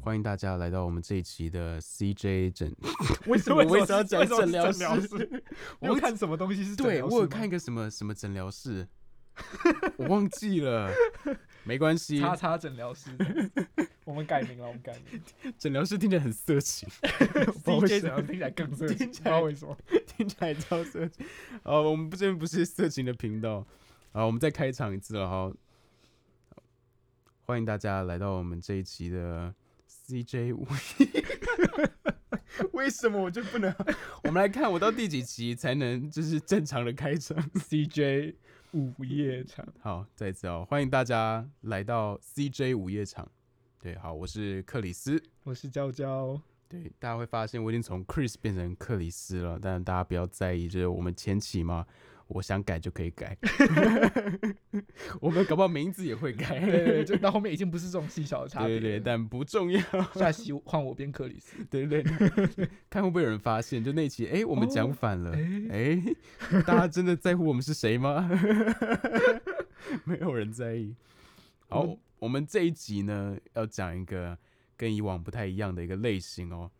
欢迎大家来到我们这一期的 CJ 诊。 为什么我一为直什要么讲为什么诊是疗疗室 室我我一有直看什么东西是诊对疗我有室看吗一个什么什么诊疗室， 我忘记 了，没关系。叉叉诊疗室 的，我们改名了，我们改 名诊疗室听起来很色 情，不好意思 CJ 诊疗 室听起来更色情，听不起知来道为什么。听起来超色情。啊，我们这边不是色情的频道。啊，我们再开场一次了哈。欢迎大家来到我们这一期的 CJ 五。为什么我就不能？ 我们来看我到第几期才能就是正常的开场。 CJ 午夜场，好，再一次哦，欢迎大家来到 CJ 午夜场。对，好，我是克里斯。我是娇 娇，对，大家会发现我已经从 Chris 变成克里斯了，但大家不要在意，就是我们前期嘛，我想改就可以改， 我们搞不好名字也会改，对对对，就到后面已经不是这种细小的 差别对了。对，但不重要，下期换我变克里斯，对对 对，看会不会有人发现，就那期，哎、我们讲反了，哦哎，哎、大家真的在乎我们是谁吗？ 没有人在意。我好，我们这一集呢要讲一个跟以往不太一样的一个类型哦。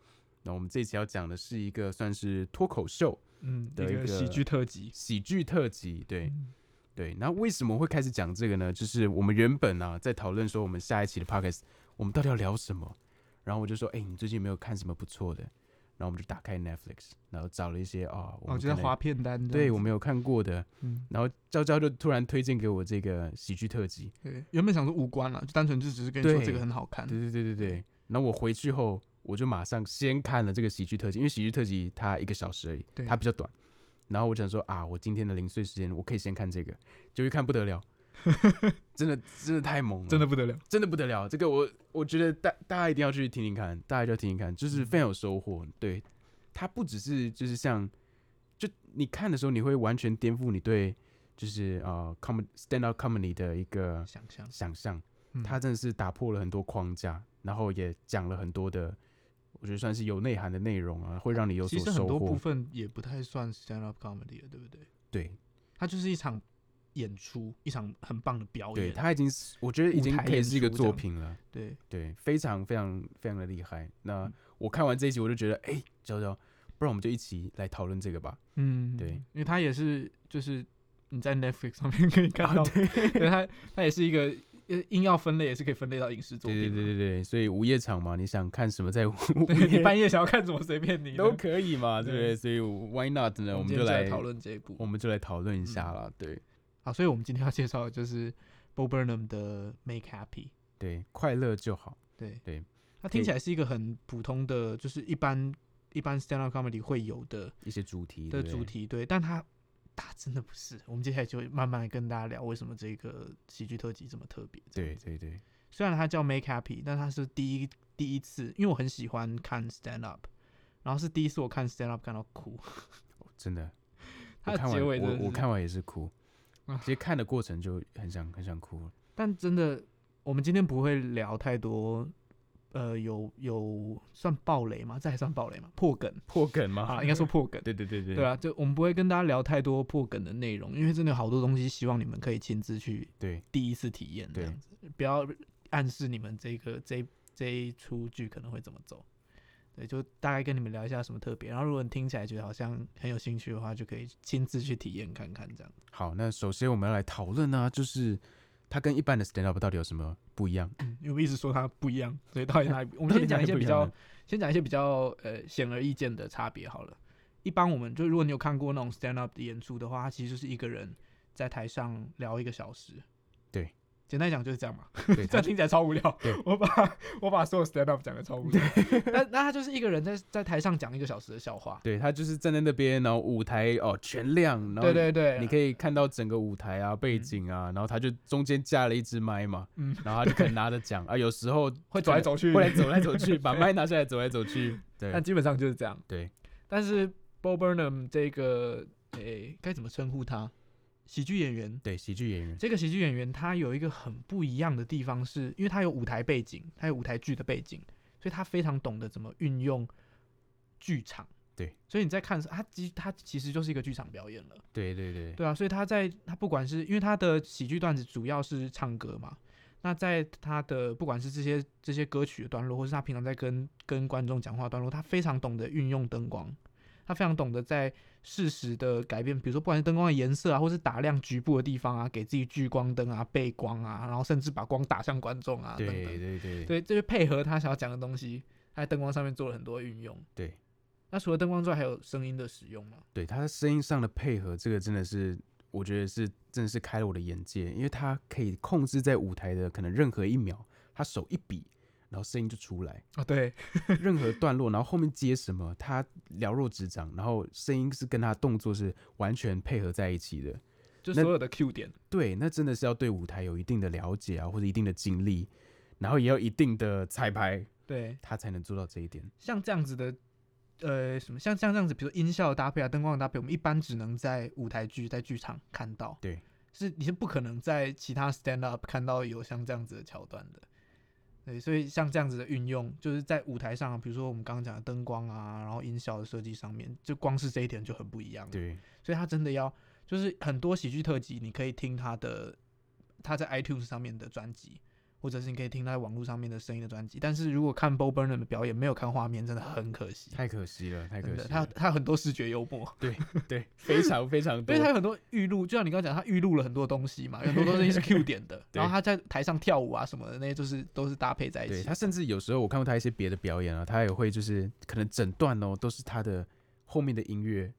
那我们这一集要讲的是一个算是脱口秀 嗯，一的一个喜个剧特辑，喜剧特辑，对嗯对。那为什么会开始讲这个呢？就是我们原本啊在讨论说我们下一期的 podcast 我们到底要聊什么，然后我就说，哎、你最近有没有看什么不错的？然后我们就打开 Netflix，然后找了一些啊，我哦，们就在可能划片单这样子，对我没有看过的，嗯，然后娇娇就突然推荐给我这个喜剧特辑，对，原本想说无关了，就单纯就只是跟你说对这个很好看，对对对对对。然后我回去后，我就马上先看了这个喜剧特辑，因为喜剧特辑它一个小时而已，对它比较短。然后我想说啊，我今天的零碎时间，我可以先看这个，就一看不得 了，真的真的太猛了，真的不得了，真的不得了。这个我我觉得大大家一定要去听听看，大家就听听看，嗯就是非常有收获。对，它不只是就是像，就你看的时候，你会完全颠覆你对就是呃 com stand up comedy 的一个想象，想象。嗯他真的是打破了很多框架，然后也讲了很多的，我觉得算是有内涵的内容啊，会让你有所其实很收多部获。分也不太算 stand up comedy 了，对不对？对，它就是一场演出，一场很棒的表演。对他已经是，我觉得已哦舞经台可以演是一个出作这样品了。对对，非常非常非常的厉害。那嗯我看完这一集，我就觉得，哎、娇娇，不然我们就一起来讨论这个吧。嗯对因为它也是就是你在 Netflix 上面可 以啊看到，对它它也是一个呃硬要分类也是可以分类到影视作对对品嘛。对对对，所以午夜场嘛，你想看什么在午对你夜半夜想要看什么随便你。都可以嘛，对不对对？所以 why not 呢？我我们今就天来来讨，论嗯这一部我。们就来讨论一下啦。对好，所以我们今天要介绍的就是 Bob Burnham 的 Make Happy。对，快乐就好。对对，它可以听起来是一个很普通的，就是一般一般 stand up comedy 会有的一些主题对的不主对题，对，但它它真的不是。我们接下来就会慢慢地跟大家聊为什么这个喜剧特辑这么特别。这样对子，对对，虽然它叫 Make Happy，但它是第一第一次，因为我很喜欢看 stand up，然后是第一次我看 stand up 看到哭。真 的。它我的看结完尾真我的我是看完也是哭， 啊其实看的过程就很想很想哭了。但真的，我们今天不会聊太多，呃，有有算暴雷吗？这还算暴雷吗？ 破梗破梗吗啊，应该说破梗。对对对对 对啊，就我们不会跟大家聊太多破梗的内容，因为真的有好多东西，希望你们可以亲自去对第一次体验这对样子，不要暗示你们这个这一这一出剧可能会怎么走。对，就大概跟你们聊一下什么特别，然后如果你听起来觉得好像很有兴趣的话，就可以亲自去体验看看这样子。好，那首先我们要来讨论呢，就是它跟一般的 stand up 到底有什么不 一样？嗯，因为我一直说它不一样，所以到底哪里不？我们 到底先讲哪一里些不比样较呢，先讲一些比较呃显而易见的差别好了。一般我们就如果你有看过那种 stand up 的演出的话，它其实就是一个人在台上聊一个小时。对，简单讲就是这样嘛。对，这它样听起来超无聊对。我把我把所有 stand up 讲的超无聊。那那他就是一个人在在台上讲一个小时的笑话。对它就是站在那边，然后舞台哦全亮，然后对对对，你可以以看到整个舞台啊、背景啊，然后他就中间架了一支麦嘛，嗯然后他就可能拿着讲啊，有时 候会走来走去会，来走来走去，把麦拿下来走来走去， 对但基本上就是这样。对，但是 Bob Burnham 这个诶该怎么称呼他？喜剧演员。对，喜剧演员，这个喜剧演员他有一个很不一样的地方是，因为他有舞台背景，他有舞台剧的背景，所以他非常懂得怎么运用剧场。对，所以你在看的时候他其他其实就是一个剧场表演了。对对对对啊，所以他在他不管是因为他的喜剧段子主要是唱歌嘛，那在他的不管是这些这些歌曲的段落，或是他平常在跟跟观众讲话的段落，他非常懂得运用灯光，他非常懂得在适时的改变，比如说不管是灯光的颜色啊，或是打亮局部的地方啊，给自己聚光灯啊、背光啊，然后甚至把光打向观众啊，等等。对对对对，这就配合他想要讲的东西，他在灯光上面做了很多运用。对，那除了灯光之外，还有声音的使用吗？对，他的声音上的配合，这个真的是我觉得是真的是开了我的眼界，因为他可以控制在舞台的可能任何一秒，他手一比，然后声音就出 来，啊，对，任何段落，然后后面接什么，他了若指掌，然后声音是跟他的动作是完全配合在一起的。就那所有的 Q 点，对，那真的是要对舞台有一定的了解啊，或者一定的经历，然后也要一定的彩排，对，他才能做到这一点。像这样子的，呃，什么像像这样子，比如说音效的搭配啊、灯光的搭配，我们一般只能在舞台剧、在剧场看到，对，是你是不可能在其他 stand up 看到有像这样子的桥段的。对，所以像这样子的运用，就是在舞台上，比如说我们刚刚讲的灯光啊，然后音效的设计上面，就光是这一点就很不一样了。对，所以他真的要，就是很多喜剧特辑，你可以听他的他在 iTunes 上面的专辑，或者是你可以听他在网络上面的声音的专辑。但是如果看 Bo Burnham 的表演，没有看画面，真的很可惜。太可惜了，太可真惜的，了。他他有很多视觉幽默，对非常非 常因多为，他有很多预录，就像你刚刚讲，他预录了很多东西嘛，有很多东西是 Q 点的， 对然后他在台上跳舞啊什么的，那些就是都是搭配在一对起他。甚至有时候我看过他一些别的表演啊，他也会就是可能整段哦都是他的后面的音乐，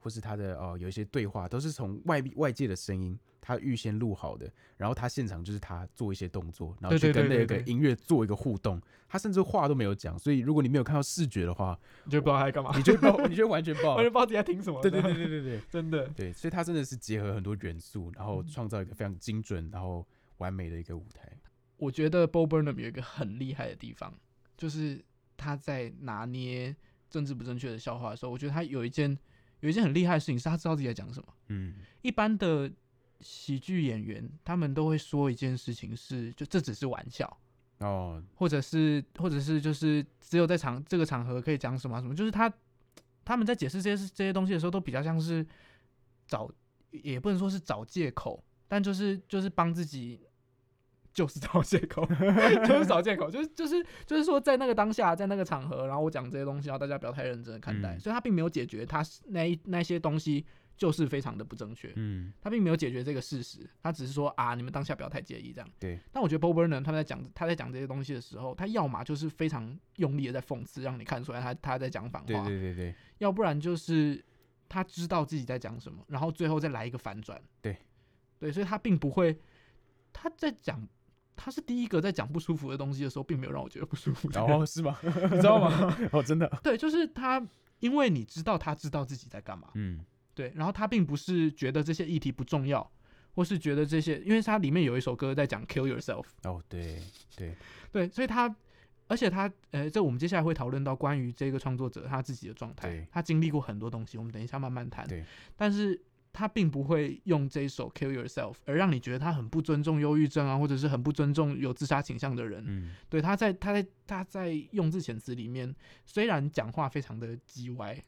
或是他的哦有一些对话都是从外外界的声音他预先录好的，然后他现场就是他做一些动作，然后对去对跟对那对个对音乐做一个互动，他甚至话都没有讲，所以如果你没有看到视觉的话， 你就不知道他 在干嘛，你就不知道你就完全不知道完全不知道自己在听什么。对对对，对对对真的。对，所以他真的是结合很多元素，然嗯后创造一个非常精准然后完美的一个舞台。我觉得 Bo Burnham 有一个很厉害的地方，就是他在拿捏政治不正确的笑话的时候，我觉得他有一件有一件很厉害的事情，是他知道自己在讲什么。嗯，一般的喜剧演员，他们都会说一件事情是，就这只是玩笑，哦，或者是或者是就是只有在场这个场合可以讲什么啊、什么，就是他他们在解释这些事这些东西的时候，都比较像是找，也不能说是找借口，但就是就是帮自己。就是找借口， 就是找借口，就是就是就是说，在那个当下，在那个场合，然后我讲这些东西，然后大家不要太认真的看待，嗯所以他并没有解决他是那一那些东西就是非常的不正确，嗯，他并没有解决这个事实，他只是说啊，你们当下不要太介意这样。对。但我觉得 Bob Burnham 他们在讲他在讲这些东西的时候，他要么就是非常用力的在讽刺，让你看出来他他在讲反话；对对对对。要不然就是他知道自己在讲什么，然后最后再来一个反转。对，对，所以他并不会他在讲。他是第一个在讲不舒服的东西的时候，并没有让我觉得不 舒服的人，哦，是吗？你知道吗？ 哦，真的，对，就是他，因为你知道他知道自己在干嘛，嗯，对，然后他并不是觉得这些议题不重要，或是觉得这些，因为他里面有一首歌在讲 “kill yourself”，哦，对对，对，所以他，而且他，呃，这我们接下来会讨论到关于这个创作者他自己的状态对，他经历过很多东西，我们等一下慢慢谈。对，但是他并不会用这一首 “kill yourself” 而让你觉得他很不尊重忧郁症啊，或者是很不尊重有自杀倾向的人。嗯，对，他在他在他在用字遣词里面，虽然讲话非常的叽歪，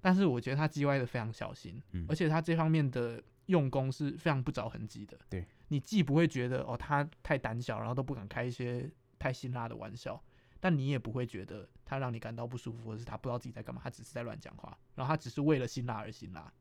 但是我觉得他叽歪的非常小心，嗯而且他这方面的用功是非常不着痕迹的。对，你既不会觉得哦他太胆小，然后都不敢开一些太辛辣的玩笑，但你也不会觉得他让你感到不舒服，或者是他不知道自己在干嘛，他只是在乱讲话，然后他只是为了辛辣而辛辣。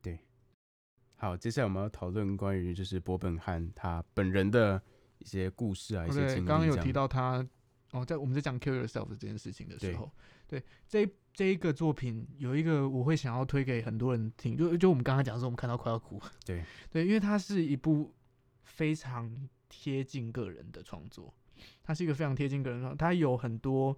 好，接下来我们要讨论关于就是伯本汉他本人的一些故事啊，一些对，经历。刚刚有提，到他哦，在我们在讲 Kill Yourself 这件事情的时对候，对这一这一个作品有一个我会想要推给很多人听，就就我们刚刚讲说我们看到快要哭，对对，因为它是一部非常贴近个人的创作，它是一个非常贴近个人的创，它有很多。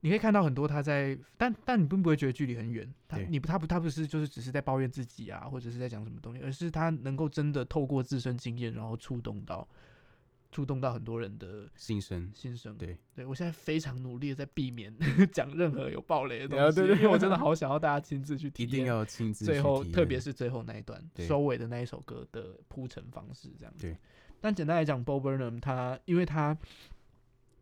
你可以看到很多他在，但但你并不会觉得距离很远。他对你不他不他不是就是只是在抱怨自己啊，或者是在讲什么东西，而是他能够真的透过自身经验，然后触动到触动到很多人的新生，新生。对对我现在非常努力的在避免 讲任何有暴雷的东西，啊对对因为我真的好想要大家亲自去体一验。定要亲自最去后，体特验别是最后那一段对收尾的那一首歌的铺陈方式，这样子对。但简单来讲，Bob Burnham 他因为他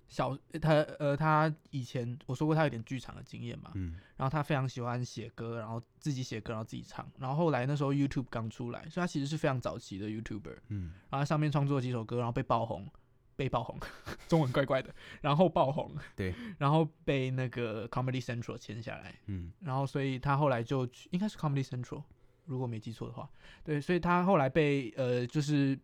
小他呃他以前我说过他有点剧场的经验嘛，嗯，然后他非常喜欢写歌，然后自己写歌，然后自己唱。然后后来那时候 YouTube 刚出来，所以他其实是非常早期的 YouTuber。嗯然后他上面创作了几首歌，然后被爆红，被爆红， 中文怪怪的， 然后爆红，对， 然后被那个 Comedy Central 签下来，嗯然后所以他后来就去应该是 Comedy Central，如果没记错的话，对，所以他后来被呃就是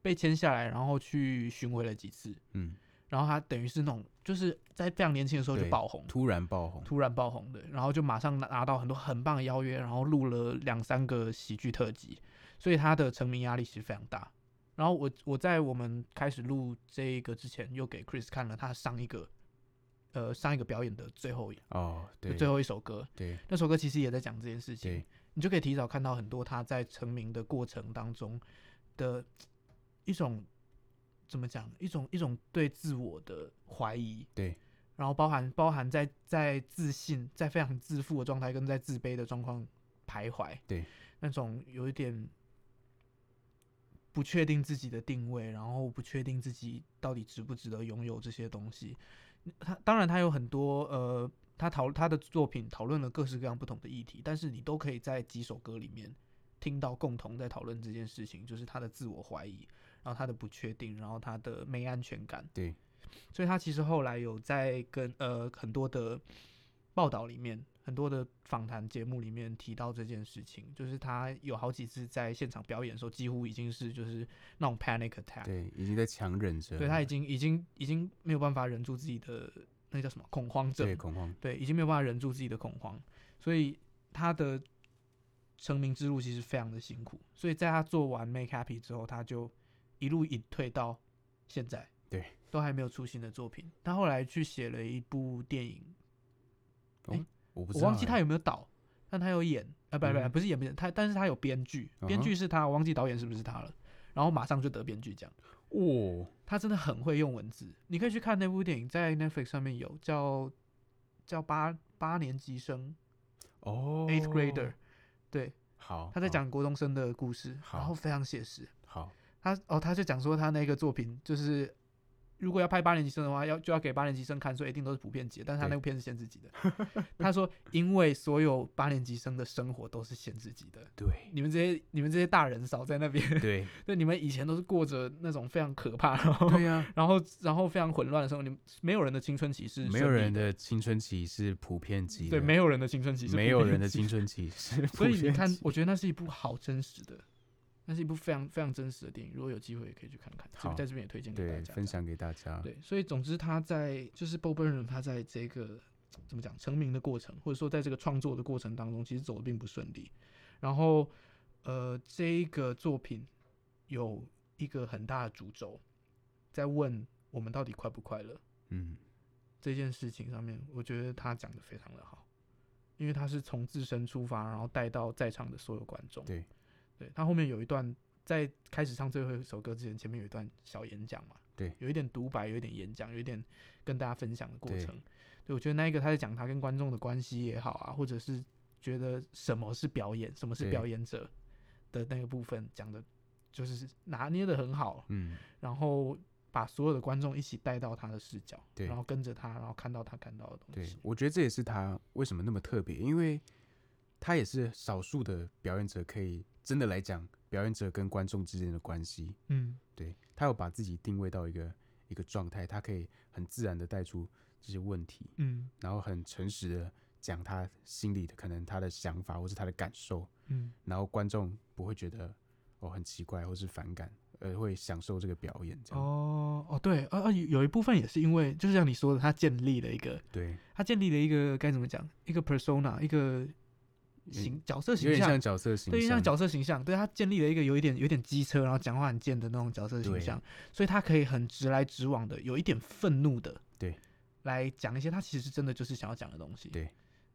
被签下来，然后去巡回了几次，嗯，然后他等于是那种就是在非常年轻的时候就对爆红，突然爆红，突然爆红的，然后就马上拿拿到很多很棒的邀约，然后录了两三个喜剧特辑，所以他的成名压力其实非常大。然后我我在我们开始录这一个之前，又给 Chris 看了他上一个呃上一个表演的最后一哦，对，最后一首歌，对那首歌其实也在讲这件事情对，，你就可以提早看到很多他在成名的过程当中的一种怎么讲，一种一种对自我的怀疑，对，然后包含包含在在自信、在非常自负的状态跟在自卑的状况徘徊，对，那种有一点不确定自己的定位，然后不确定自己到底值不值得拥有这些东西。他当然他有很多呃，他讨他的作品讨论了各式各样不同的议题，但是你都可以在几首歌里面听到共同在讨论这件事情，就是他的自我怀疑，然后他的不确定，然后他的没安全感。对，所以他其实后来有在跟呃很多的报道里面，很多的访谈节目里面提到这件事情，就是他有好几次在现场表演的时候，几乎已经是就是那种 panic attack，对，已经在强忍着了，啊对他已经已经已经没有办法忍住自己的那个叫什么恐慌症对，恐慌，对，已经没有办法忍住自己的恐慌，所以他的成名之路其实非常的辛苦。所以在他做完 Make Happy 之后，他就一路隐退到现在，对，都还没有出新的作品。他后来去写了一部电影，我不知我道忘记欸他有没有导，但他有演，啊，不不不，嗯不是演不是演他，但是他有编剧，编嗯哼剧是他，我忘记导演是不是他了。然后马上就得编剧奖，哦，他真的很会用文字。你可以去看那部电影，在 Netflix 上面有叫叫八八年级生哦 eighth grader，、对，好，他在好，讲国中生的故事，然好后非常写实。好，他哦，他就讲说他那个作品就是，如果要拍八年级生的话，要就要给八年级生看，所以一定都是普遍级的。但是他对那部片是限制级的。 他说，因为所有八年级生的生活都是限制级的，对你们这些你们这些大人少在那边，对 对，你们以前都是过着那种非常可怕，然后对啊呀，然后然后非常混乱的生活，你们没有人的青春期是没顺有利人的，的青春期是普遍级的，对，没有人的青春期是没普有遍人的级青春 期是普所以你遍看级，我觉得那是一部好真实的，那是一部非常非常真实的电影。如果有机会也可以去看看，这好在这边也推荐给大对家分。享给大家，对，所以总之他在就是 Bob Burnham 他在这个怎么讲成名的过程，或者说在这个创作的过程当中，其实走的并不顺利。然后呃，这一个作品有一个很大的主轴，在问我们到底快不快乐。嗯，这件事情上面，我觉得他讲的非常的好，因为他是从自身出发，然后带到在场的所有观众。对，对他后面有一段在开始唱最后一首歌之前，前面有一段小演讲嘛，对有一点独白，有一点演讲，有一点跟大家分享的过对程。对，我觉得那一个他在讲他跟观众的关系也好啊，或者是觉得什么是表演，什么是对表演者的那个部分，讲的就是拿捏的很好，嗯，然后把所有的观众一起带到他的视角，对然后跟着他，然后看到他看到的东对西，，我觉得这也是他为什么那么特别，因为他也是少数的表演者，可以真的来讲，表演者跟观众之间的关系，嗯，对他有把自己定位到一个一个状态，他可以很自然的带出这些问题，嗯然后很诚实的讲他心里的可能他的想法或是他的感受，嗯，然后观众不会觉得哦很奇怪或是反感，而会享受这个表演这样。哦哦，对，呃、呃，有有一部分也是因为，就是像你说的，他建立了一个，对，他建立了一个该怎么讲，一个 persona，一个有形角色嗯有形点象像，角色形对，象像，角色形象，对他建立了一个有一点有点机车，然后讲话很贱的那种角色形对象，所以他可以很直来直往的，有一点愤怒的，对，来讲一些他其实真的就是想要讲的东西，对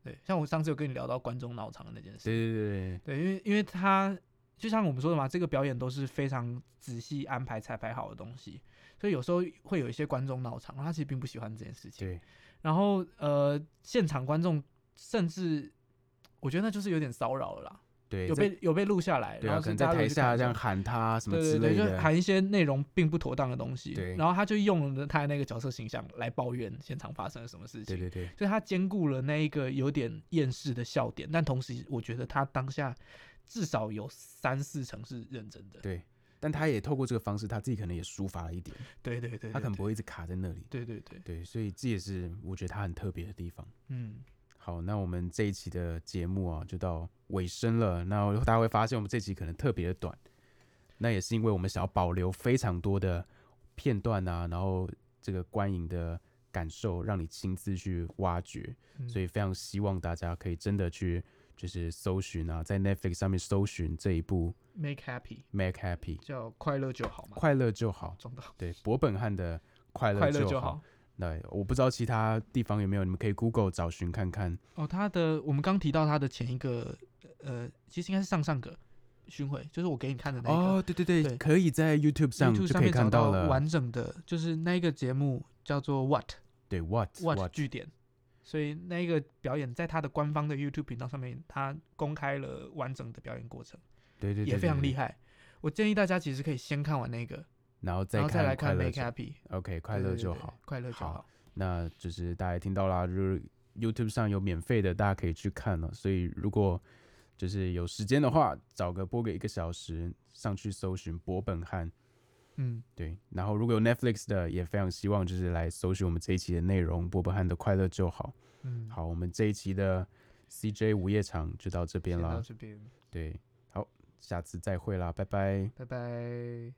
对，像我上次有跟你聊到观众闹场的那件事，对对对对，因为因为他就像我们说的嘛，这个表演都是非常仔细安排彩排好的东西，所以有时候会有一些观众闹场，他其实并不喜欢这件事情。对然后呃，现场观众甚至我觉得那就是有点骚扰了啦，对对，有在被有被录下来，对然啊，后可是能在大家都台有去看下的这样喊他什么对之对类对，就的，喊一些内容并不妥当的东西，对然后他就用了他那个角色形象来抱怨现场发生了什么事情对，对对所以他兼顾了那一个有点厌世的笑点，但同时我觉得他当下至少有三四成是认真的，对但他也透过这个方式，他自己可能也抒发了一点，对对对，他可能对不会一直卡在那里。对对对，对，所以这也是我觉得他很特别的地方。嗯，好，那我们这一期的节目啊，就到尾声了。那大家会发现，我们这期可能特别的短，那也是因为我们想要保留非常多的片段啊，然后这个观影的感受，让你亲自去挖掘。嗯所以非常希望大家可以真的去，就是搜寻啊，在 Netflix 上面搜寻这一部 make happy 《Make Happy》，叫快乐就好嘛，快乐就好。撞到对，伯本汉的快快乐乐就就好好。。那我不知道其他地方有没有，你们可以 Google 找寻看看。哦，他的我们刚提到他的前一个，呃，其实应该是上上个巡回，就是我给你看的那个。哦，对对对，对可以在 YouTube 上 YouTube 就上可以面找看到了。完整的，就是那个节目叫做 What 对，What What 据点，所以那个表演在他的官方的 YouTube 频道上面，他公开了完整的表演过程，对对对，也非常厉害。害。我建议大家其实可以先看完那个，然后再然后再来快看乐 Make 就 Happy， OK，快对乐对就对好。快乐就好好。那就是大家听到啦，就是 YouTube 上有免费的，大家可以去看了。所以如果就是有时间的话，找个播个一个小时上去搜寻博本汉，嗯，对，然后如果有 Netflix 的，也非常希望就是来搜寻我们这一期的内容，博本汉的快乐就好。嗯，好，我们这一期的 CJ 午夜场就到这边先到啦。这边，对，好，下次再会啦，拜拜。拜拜。